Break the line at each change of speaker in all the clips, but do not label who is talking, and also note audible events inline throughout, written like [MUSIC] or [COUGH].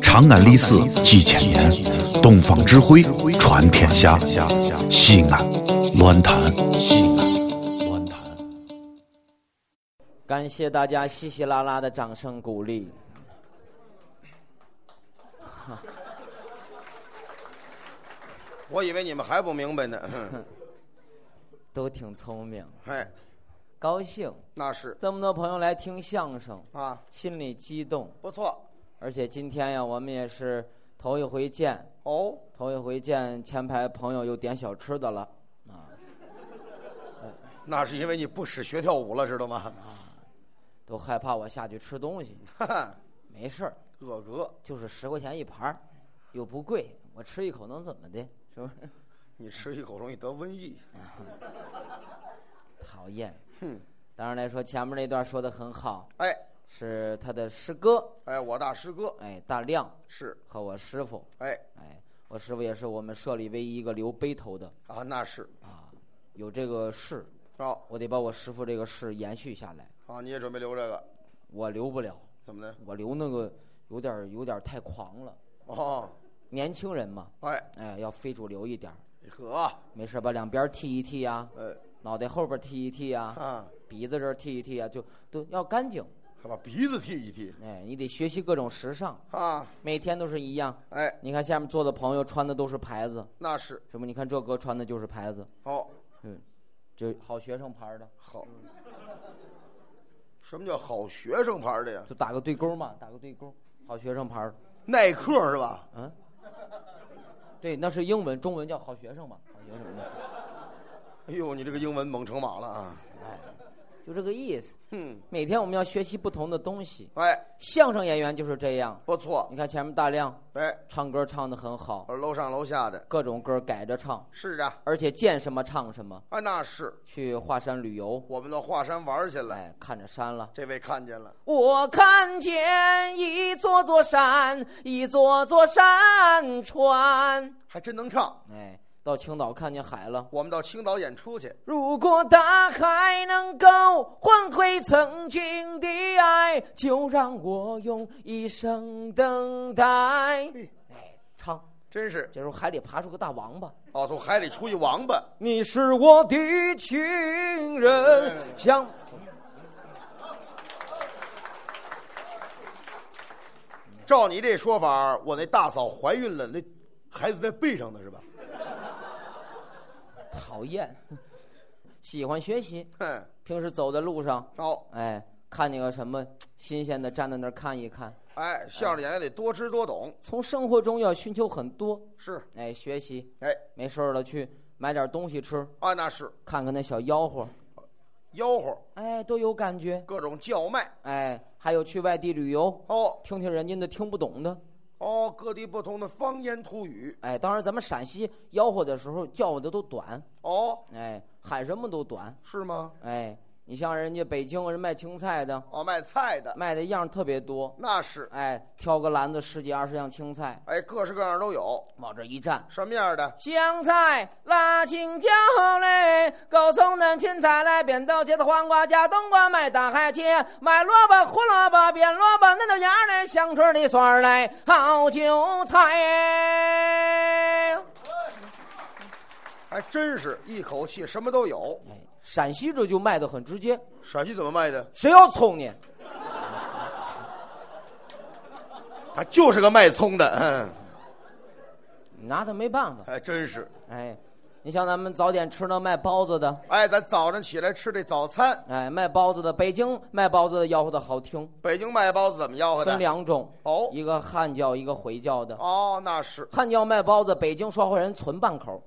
长安历史几千年，东方智慧传天下。西安，乱谈西安，乱谈。
感谢大家稀稀拉拉的掌声鼓励。
我以为你们还不明白呢。 [LAUGHS] 哼
都挺聪明，
哎，
高兴，
那是
这么多朋友来听相声，
啊，
心里激动。
不错
而且今天呀，我们也是头一回见，
哦。
头一回见前排朋友又点小吃的了。
那是因为你不使学跳舞了，知道吗？
都害怕我下去吃东西，
哈哈，
没事儿，
恶格，
就是十块钱一盘儿，又不贵，我吃一口能怎么的？是不是？
你吃一口容易得瘟疫。
讨厌。当然来说，前面那段说的很好，
哎，
是他的师哥，
哎，我大师哥
哎，大亮
是，
和我师傅，
哎，
哎，我师傅也是我们社里唯一一个留背头的，
啊，那是，
有这个事，
哦，
我得把我师傅这个事延续下来，
啊，你也准备留这个，
我留不了，
怎么的？
我留那个有点儿有点儿太狂了，
哦，
年轻人嘛，
哎，啊
哎，要非主流一点儿，
呵，
没事儿把两边儿剃一剃呀、
呃，
脑袋后边儿剃一剃呀、
啊，
鼻子这儿剃一剃呀、就都要干净，
还把鼻子剃一剃，
哎，你得学习各种时尚，
啊，
每天都是一样。
哎，
你看下面坐的朋友穿的都是牌子，
那是，
什么？你看这哥穿的就是牌子，
哦，
嗯，就好学生牌儿的，
好。什么叫好学生牌的呀？
就打个对勾嘛，打个对勾，好学生牌儿的。
耐克是吧？
对，那是英文，中文叫好学生嘛，好学生嘛，
哎呦，你这个英文猛成马了啊！
就这个意思。
哼，
每天我们要学习不同的东西，
嗯哎，
相声演员就是这样。
不错，
你看前面大亮
哎，
唱歌唱得很好，
我是楼上楼下的，
各种歌改着唱，
是啊，
而且见什么唱什么。
啊，那是，
去华山旅游，
我们到华山玩去了，
哎，看着山了。
这位看见了，
我看见一座座山，一座座山川。
还真能唱。
哎，到青岛看见海了。
我们到青岛演出去，
如果大海能够换回曾经的爱，就让我用一生等待。哎，唱，
真是，
这时候海里爬出个大王八。
哦，从海里出一王八，
你是我的情人，像
照你这说法，我那大嫂怀孕了，那孩子在背上呢是吧？
讨厌，喜欢学习。
哼，
平时走在路上，
哦，
哎，看见个什么新鲜的，站在那儿看一看。
哎，相声演员得多知多懂，
从生活中要寻求很多，
是，
哎，学习，
哎，
没事儿了去买点东西吃，
啊，那是
看看那小吆喝，
吆喝，
哎，都有感觉。
各种叫卖，
哎，还有去外地旅游，
哦
听听人家的听不懂的。
哦，各地不同的方言土语，
哎，当然咱们陕西吆喝的时候叫的都短，
哦，
哎，喊什么都短。
是吗？
哎，你像人家北京人卖青菜的，
哦，卖菜的，
卖的样儿特别多。
那是，
哎，挑个篮子十几二十样青菜，
哎，各式各样都有，
往这一站，
什么样的？
香菜、辣青椒嘞，狗葱、嫩芹菜嘞，扁豆、茄子、黄瓜、加冬瓜，卖大海茄，卖萝卜、胡萝卜、扁萝卜，嫩豆芽嘞，香椿的蒜儿嘞，好韭菜。
还真是一口气什么都有。
哎，陕西这就卖的很直接，
陕西怎么卖的？
谁要葱呢？
他就是个卖葱的，嗯，
拿他没办法。
还真是。
哎，你像咱们早点吃那卖包子的，
哎，咱早上起来吃这早餐，
哎，卖包子的，北京卖包子的吆喝的好听，
北京卖包子怎么吆喝
分
的？
两种，
哦
一个汉教，一个回教的。
哦，那是
汉教卖包子，北京说话人存半口，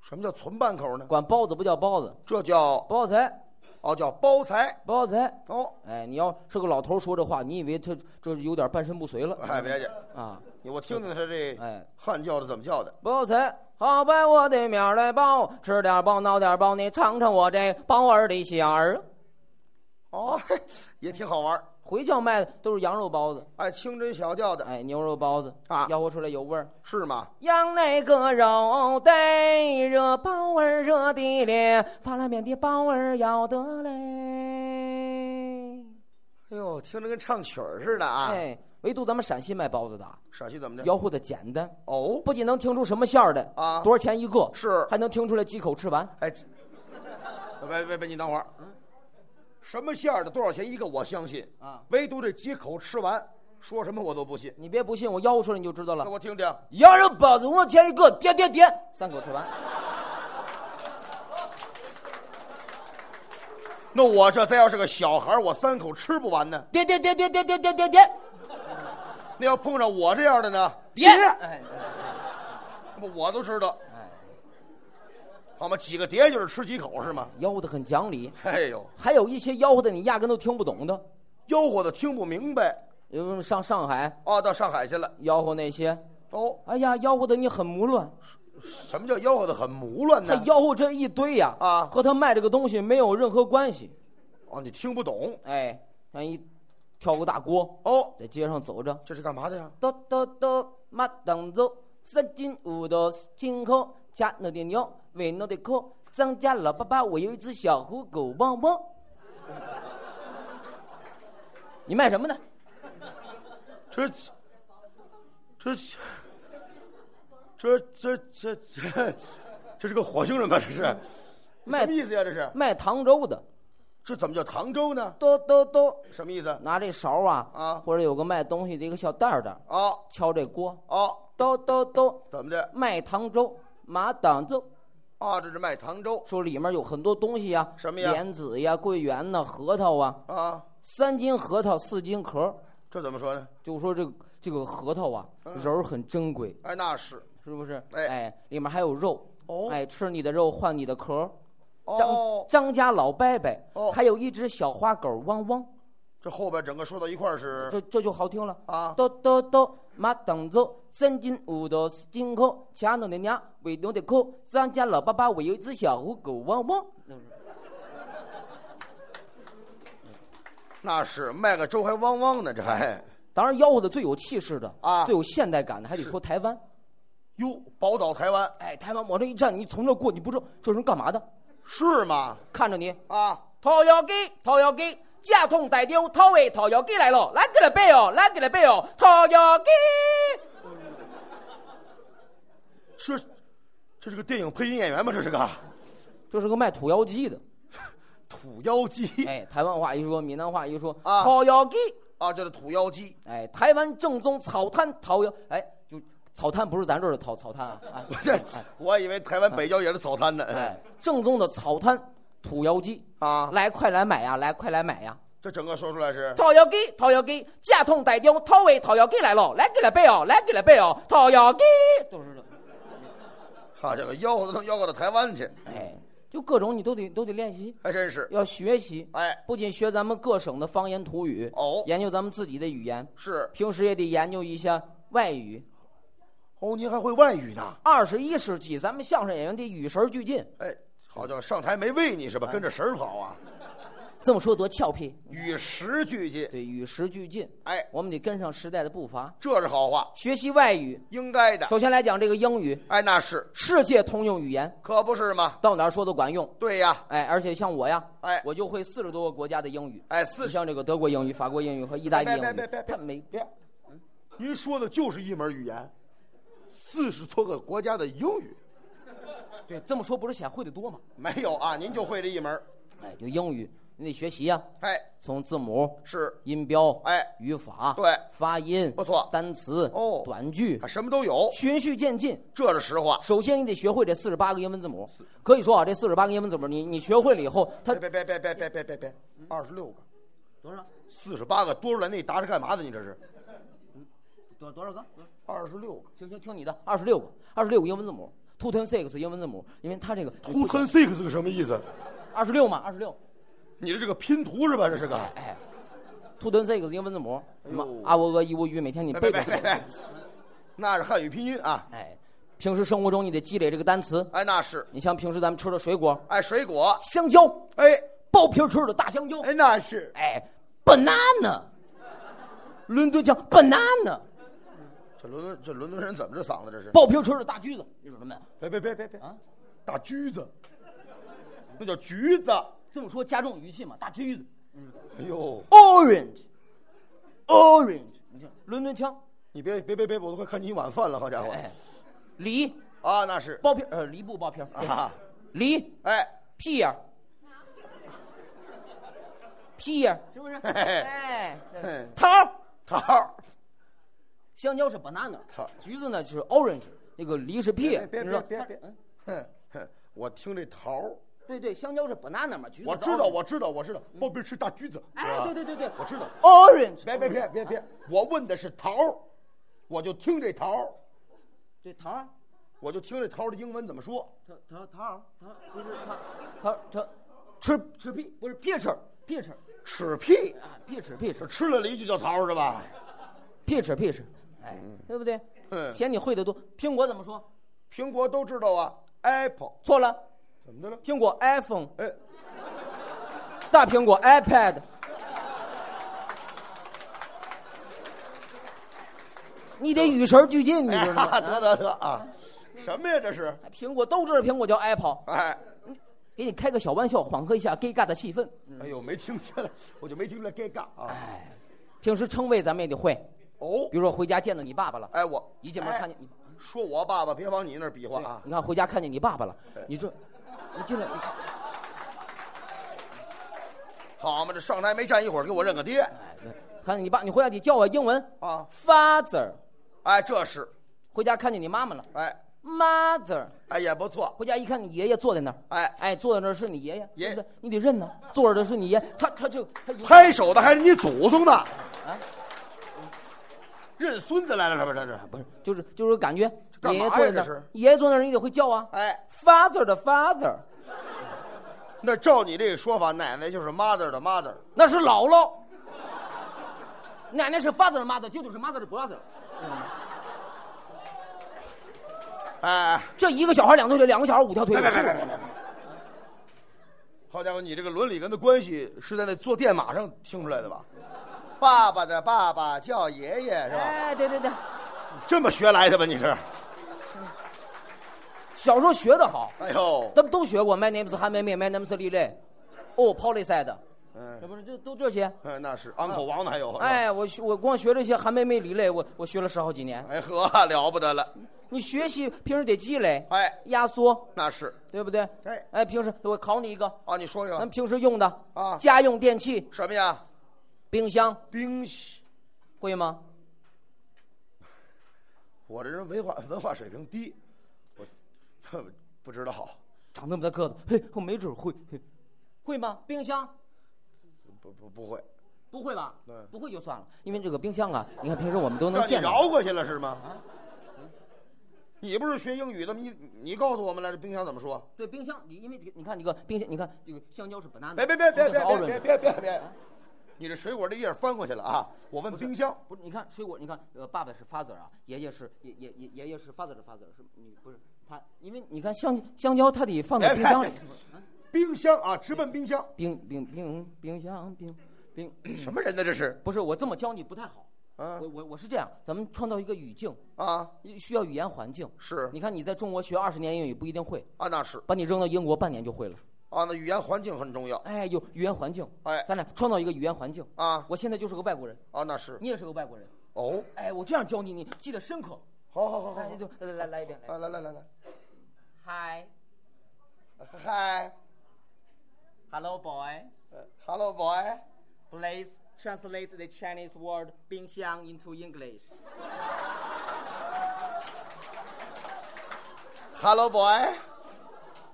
什么叫存半口呢？
管包子不叫包子，
这叫
包菜，
哦，叫包财
包菜。
哦。
哎，你要是个老头说这话，你以为他这有点半身不遂了
哎，别介，
啊？
你我听听他这
哎
汉教的怎么叫的？
包菜，好白我的面儿来包，吃点包，闹点包，你尝尝我这包儿的馅儿。啊
哦， [LAUGHS] 嘿也挺好玩儿。
回教卖的都是羊肉包子，
哎，清真小教的
哎，牛肉包子
啊
吆喝出来有味儿。
是吗？
羊那个肉得热包儿热的嘞，发了面的包儿要得嘞。
哎呦，听着跟唱曲儿似的啊！
哎，唯独咱们陕西卖包子的啊
陕西怎么的？
吆喝的简单，
哦，
不仅能听出什么馅儿的
啊
多少钱一个，
是
还能听出来几口吃完。
哎，这喂喂喂，你等会儿，嗯什么馅儿的，多少钱一个？我相信
啊，
唯独这几口吃完，说什么我都不信。
你别不信，我吆喝出来你就知道
那
了。
我听听，
羊肉包子五毛钱一个，点点点，三口吃完。
那我这再要是个小孩儿，我三口吃不完呢。
点点点点点点点点点
那要碰上我这样的呢？
点，哎
那不我都知道。好嘛，几个碟就是吃几口是吗？
吆喝的很讲理，
哎呦，
还有一些吆喝的你压根都听不懂的。
吆喝的听不明白
有上上海
啊，到上海去了。
吆喝那些，
哦，
哎呀，吆喝的你很磨乱。
什么叫吆喝的很磨乱
他
呢？
吆喝这一堆呀、
啊
和他卖这个东西没有任何关系。
哦，你听不懂
哎，像一挑个大锅，
哦，
在街上走着，
这是干嘛的呀？
哆哆哆，马当走，三斤五的进口，家那的鸟，为那的口，张家老爸爸，我有一只小虎狗汪汪。 [LAUGHS] 你卖什么呢？
这这这这这这这是个火星人吧？这是
卖
什么意思呀？这是
卖糖粥的，
这怎么叫糖粥呢？
哆哆哆，
什么意思？
拿这勺啊
啊
或者有个卖东西的一个小袋儿的，
啊
敲这锅，
啊，
哆哆哆，
怎么的？
卖糖粥，马当粥。
啊，这是卖糖粥
说里面有很多东西呀、
什么呀
莲子呀、桂圆呐、核桃啊，
啊，
三斤核桃四斤壳，
这怎么说呢？
就说这个这个核桃啊，仁儿很珍贵，
哎，那是
是不是？
嗯哎
里面还有肉，
哦
哎，吃你的肉换你的壳。张、
哦，
张家老伯伯、
哦
还有一只小花狗汪汪，
这后边整个说到一块儿是
这这就好听了。
嗯啊
哆哆哆，马当走，三斤五的四斤口，强农的娘，为农的口，张家老爸爸，我有一只小虎狗汪汪。
那是卖个粥还汪汪呢，这还
当然，吆喝的最有气势的
啊
最有现代感的，还得说台湾。
哟，宝岛台湾
哎，台湾往这一站，你从这过，你不知道这人干嘛的，
是吗？
看着你，
啊，
掏腰机，掏腰机，架痛带丢，掏位掏腰机来了，来给来背哦，来给来背哦，掏腰机。
这这是个电影配音演员吗？这是个
这是个卖土腰鸡的，
土妖姬
哎，台湾话一说，闽南话一说，
啊
掏腰机，
啊，这是土妖姬。
哎，台湾正宗草滩掏腰，哎，就草滩不是咱这儿的草草滩 [LAUGHS] 啊，哎
我这 [LAUGHS] 我以为台湾北郊也是草滩呢。
哎，正宗的草滩土腰鸡
啊
来快来买呀，来快来买呀。
这整个说出来是
掏腰机，掏腰机，架痛带丢，掏位掏腰机来了，来给来背哦，来给来背哦，掏腰机，都是的。
好家伙，吆喝都能吆喝到台湾去，
哎，就各种你都得都得练习，
还真是。
要学习。
哎，
不仅学咱们各省的方言土语，
哦
研究咱们自己的语言，
是
平时也得研究一下外语。
哦，您还会外语呢？
二十一世纪，咱们相声演员得与时俱进。
哎，好家伙，上台没喂你是吧？跟着神儿跑啊，
这么说多俏皮，
与时俱进。
对，与时俱进。
哎
我们得跟上时代的步伐，
这是好话，
学习外语。
应该的。
首先来讲这个英语，
哎，那是，
世界通用语言，
可不是吗？
到哪儿说都管用。
对呀，
哎，而且像我呀，
哎
我就会四十多个国家的英语，
哎，四
你
十，
像这个德国英语、法国英语和意大利英语，
别别别别别
他没别，
嗯您说的就是一门语言，四十多个国家的英语
对，这么说不是显会的多吗？
没有啊？您就会这一门。
哎，就英语，你得学习呀、
哎，
从字母、
是
音标、
哎
语法、
对
发音，
不错
单词
哦
短句，
啊什么都有，
循序渐进。
这是实话。
首先，你得学会这四十八个英文字母。可以说啊，这四十八个英文字母，你你学会了以后，它
哎别别别别别别别别，二十六个，
多少
四十八个，多出来那答是干嘛的？你这是
多多少个？
二十六个
行行，听你的，二十六个，二十六个英文字母，two ten six 英文字母，因为它这个
，two ten six 是个什么意思？
二十六嘛，二十六。
你这是个拼图是吧？这是个？
哎，two ten six 英文字母，什么
哎呦
啊喔俄一乌鱼，每天你
别
背
别
着
别
学。
哎别，那是汉语拼音啊！
哎，平时生活中你得积累这个单词。
哎，那是
你像平时咱们吃的水果，
哎，水果
香蕉，
哎
剥皮儿吃的大香蕉，
哎，那是
哎，banana，伦敦腔 banana，
这伦敦这伦敦人怎么这嗓子这是？
剥皮儿吃的大橘子，你说什么？
别别别别别
啊！
大橘子，那叫橘子。
这么说加重语气嘛，大橘子
哎呦，
，orange，orange，你看伦敦腔，
你别别别别，我都快看你一碗饭了，好家伙！
哎，梨
啊，那是
包皮儿呃梨不包皮儿，
啊，
梨
哎，
屁眼儿，屁眼儿是不是？
嘿嘿
哎，那
嘿
桃儿
桃儿，
香蕉是 banana，
桃儿
橘子呢就是 orange，那个梨是 pear，
别别
你知道
别别别
嗯，
哼哼，我听这桃儿，
对对，香蕉是 banana 嘛，橘子
我
是
知道，
orange
我知道，我知道，包皮吃大橘子，是
哎，
吧
对对对对
我知道。
，orange，
别别别别别，我问的是桃儿，我就听这桃儿，
对桃儿，
我就听这桃儿的英文怎么说。
桃桃桃儿桃不是桃桃桃，吃吃屁不是 peach peach
吃屁，
啊 peach peach
吃了梨就叫桃儿是吧？
peach peach，哎，对不对？
嗯
嫌你会的多。苹果怎么说？
苹果都知道啊，apple
错了，
怎么的了？
苹果 iPhone，
哎，
大苹果 iPad。你得与时俱进，你知道
[LAUGHS]
吗？
哎得得得啊，什么呀这是？
苹果都知道苹果叫 Apple，
哎，
给你开个小玩笑，缓和一下尴尬的气氛。
哎呦，没听见来，我就没听出来尴尬啊。
平时称谓咱们也得会，
哦
比，如说回家见到你爸爸了，
哎我
一进门看见你，
哎说我爸爸，别往你那儿比划啊
你。看回家看见你爸爸了
哎，
你这，你进来，
好嘛，这上台没站一会儿，给我认个爹。
哎
哦
看见你爸，你回家你叫我英文
啊
，father。
哎，这是，
回家看见你妈妈了
哎
，mother。
哎也不错。
回家一看，你爷爷坐在那儿，
哎
哎，坐在那儿是你爷爷，
爷
对不对你得认呢，坐着的是你爷，他他就他一
拍手的还是你祖宗呢？
啊
认孙子来了是不是？这是
不是就是就是感觉
干
爷
嘛
爷坐
呀
在那
这是
儿，爷爷坐在那儿你得会叫啊，
哎，
，father 的 father，
那照你这个说法，奶奶就是 mother 的 mother，
那是姥姥， [LAUGHS] 奶奶是 father mother，舅舅是 mother 的 brother，
哎，哎
这一个小孩两条腿，两个小孩五条腿，
别
有
别别
数
别别别！好家伙，你这个伦理跟的关系是在那坐电马上听出来的吧？爸爸的爸爸叫爷爷是吧？
哎，对对对，
这么学来的吧？你是？
小时候学的好，
哎呦，
咱们都学过，my name is 韩梅梅，my name is 李磊，哦，Polyside，这
嗯
不是就都这些。
嗯，那是 uncle 王呢还有？是吧，
哎，我学我光学这些韩梅梅、李磊，我我学了十好几年。
哎呵，了不得了，
你学习平时得积累，
哎
压缩，
那是。
对不对？
哎
哎，平时我考你一个，
啊，你说
咱
说
们平时用的
啊
家用电器，
什么呀？
冰箱
冰西。
会吗？
我这人文化文化水平低，我不知道，
长那么大个子，嘿，我没准会，嘿会吗？冰箱
不不不会，
不会吧
对？
不会就算了，因为这个冰箱
[LAUGHS]
啊，你看平时我们都能
让你
见到。
饶过去了是吗？啊你不是学英语的吗？你你告诉我们来，这冰箱怎么说？
对，冰箱，你因为你看这个冰箱，你看这个香蕉是 banana，
别别别别
橘子是
别别
orange
别别别别！你这水果这页翻过去了啊！我问冰箱，
不是，你看水果，你看，呃，爸爸是 father 啊，爷爷是爷爷爷爷爷是 father 的 father，是你不是他，因为你看香香蕉，它得放在
哎
冰箱里
哎，冰箱啊，直奔冰箱，
冰冰冰冰箱冰冰，
什么人呢？这是
不是我这么教你不太好，
啊
我我我是这样，咱们创造一个语境，
啊
需要语言环境，
是
你看你在中国学二十年英语不一定会，
啊，那是
把你扔到英国半年就会了，
啊，那语言环境很重要
哎，有语言环境，
哎
咱俩创造一个语言环境
啊
我现在就是个外国人，
啊，那是
你也是个外国人，
哦，
哎，我这样教你，你记得深刻，
好好好好
哎，就来来来一遍，
好，啊，来来来来，
嗨
嗨
，Hello boy。
呃，Hello boy。
Please translate the Chinese word 冰箱 into English.
Hello, boy.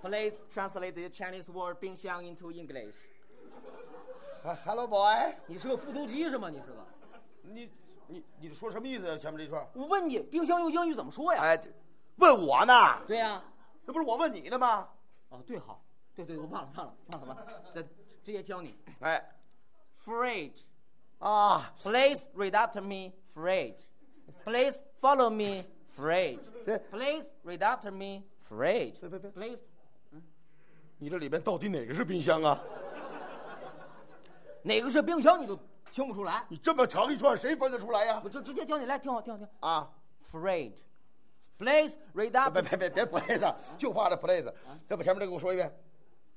Please translate the Chinese word 冰箱 into English.
Hello, boy.
你是个复读机是吗？你是个？
你你你说什么意思呀、啊前面这串？
我问你，冰箱用英语怎么说呀？
哎，这问我呢？
对呀、
那不是我问你呢吗？
哦，对，好，对对，我忘了，忘了，忘了，忘了，再直接教你。
哎，
Fridge.
啊，
Please read after me. Fridge. Please follow me. Fridge.
别
Please read after me. Fridge.
别别别
Please.
你这里边到底哪个是冰箱啊？
哪个是冰箱你都听不出来，
你这么长一串，谁分得出来呀
我、就直接教你来，听好，听好，听好。
啊？
afraid. Please read up.
别别别别 place，就怕这 place。再把前面这给我说一遍。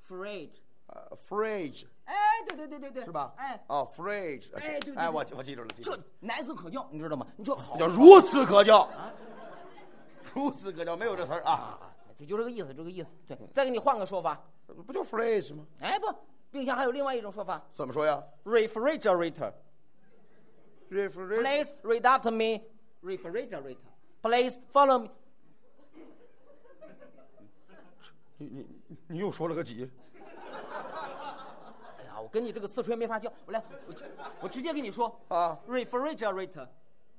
Afraid.
呃，fridge，
哎，哎，对对对对对，
是吧？
哎，
啊，fridge，
哎对对
哎，
对
我我记住了，记住
这
了
难辞可教，你知道吗？你说好
叫，孺子可教，孺子可教没有这词儿啊，
就就这个意思，这个意思。对，再给你换个说法，
不就 fridge 吗？
哎不，冰箱还有另外一种说法
怎么说呀
，refrigerator。
？refrigerator
Please read after me, refrigerator. Please follow me.
你你你又说了个几？
哎呀，我跟你这个四川没法教，我来，我直我直接跟你说
啊
，refrigerator。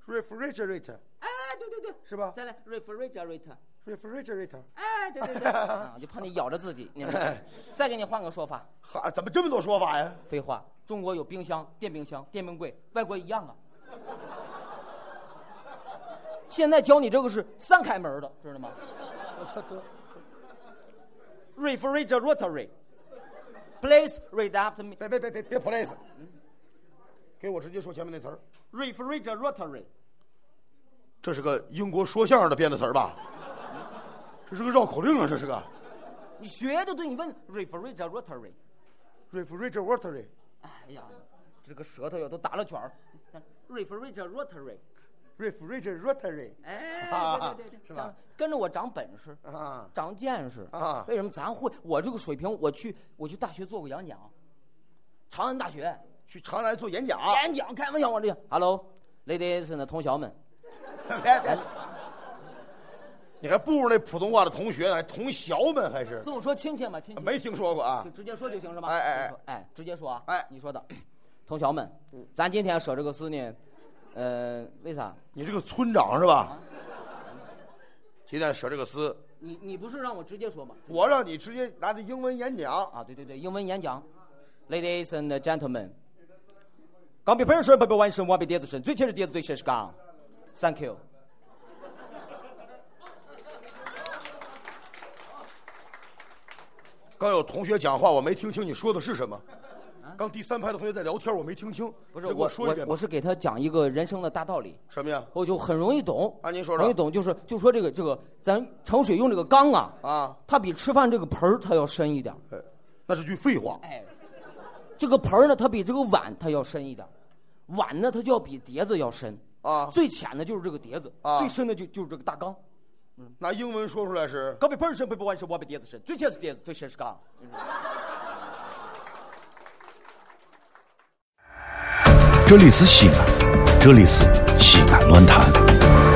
，refrigerator
哎，对对对，
是吧
再来 refrigerator。
refrigerator，
哎，对对对，啊，就怕你咬着自己。你们再给你换个说法，
哈，怎么这么多说法呀？
废话，中国有冰箱、电冰箱、电冰柜，外国一样啊。现在教你这个是三开门的，知道吗？refrigerator。Please read after me.
别别别别别 place，给我直接说前面那词儿。
refrigerator。
这是个英国说相声的编的词儿吧？这是个绕口令啊，这是个
你学的对，你问 refrigerator。
refrigerator，
哎呀，这个舌头呀都打了卷儿。refrigerator。
refrigerator，
哎，对对对对，
是吧
长？跟着我长本事
啊，
长见识
啊
为什么咱会？我这个水平，我去我去大学做过演讲，长安大学
去长安做演讲。
演讲，开玩笑，我这 Hello，ladies 呢，同学们，
别别，你还不如那普通话的同学呢，还同学们还是
这么说亲切吗？亲切，
没听说过啊
就？直接说就行是吧？
哎哎哎
直接说哎，直接说啊！
哎
你说的，同学们，咱今天舍这个私呢，呃，为啥？
你这个村长是吧？今天舍这个司，
你你不是让我直接说吗？
我让你直接拿着英文演讲。
啊，对对对，英文演讲，Ladies and gentlemen，钢笔喷神，不必弯身，弯笔碟子神，最切是碟子，最切是钢。Thank you。
刚有同学讲话，我没听清你说的是什么。刚第三排的同学在聊天，我没听清。
啊不是
再给
我
我说一
我
遍吧
我是给他讲一个人生的大道理，
什么呀？
我就很容易懂。
啊您说说
容易懂就是就说这个这个咱盛水用这个缸啊，
啊，
它比吃饭这个盆儿它要深一点儿。
哎那是句废话。
哎，这个盆儿呢，它比这个碗它要深一点儿，碗呢它就要比碟子要深
啊
最浅的就是这个碟子，
啊
最深的就就是这个大缸。
拿英文说出来是
高比盆儿深，不比碗深，碗比碟子深，最浅是碟子，最深是缸。
这里是西安，这里是西安论坛。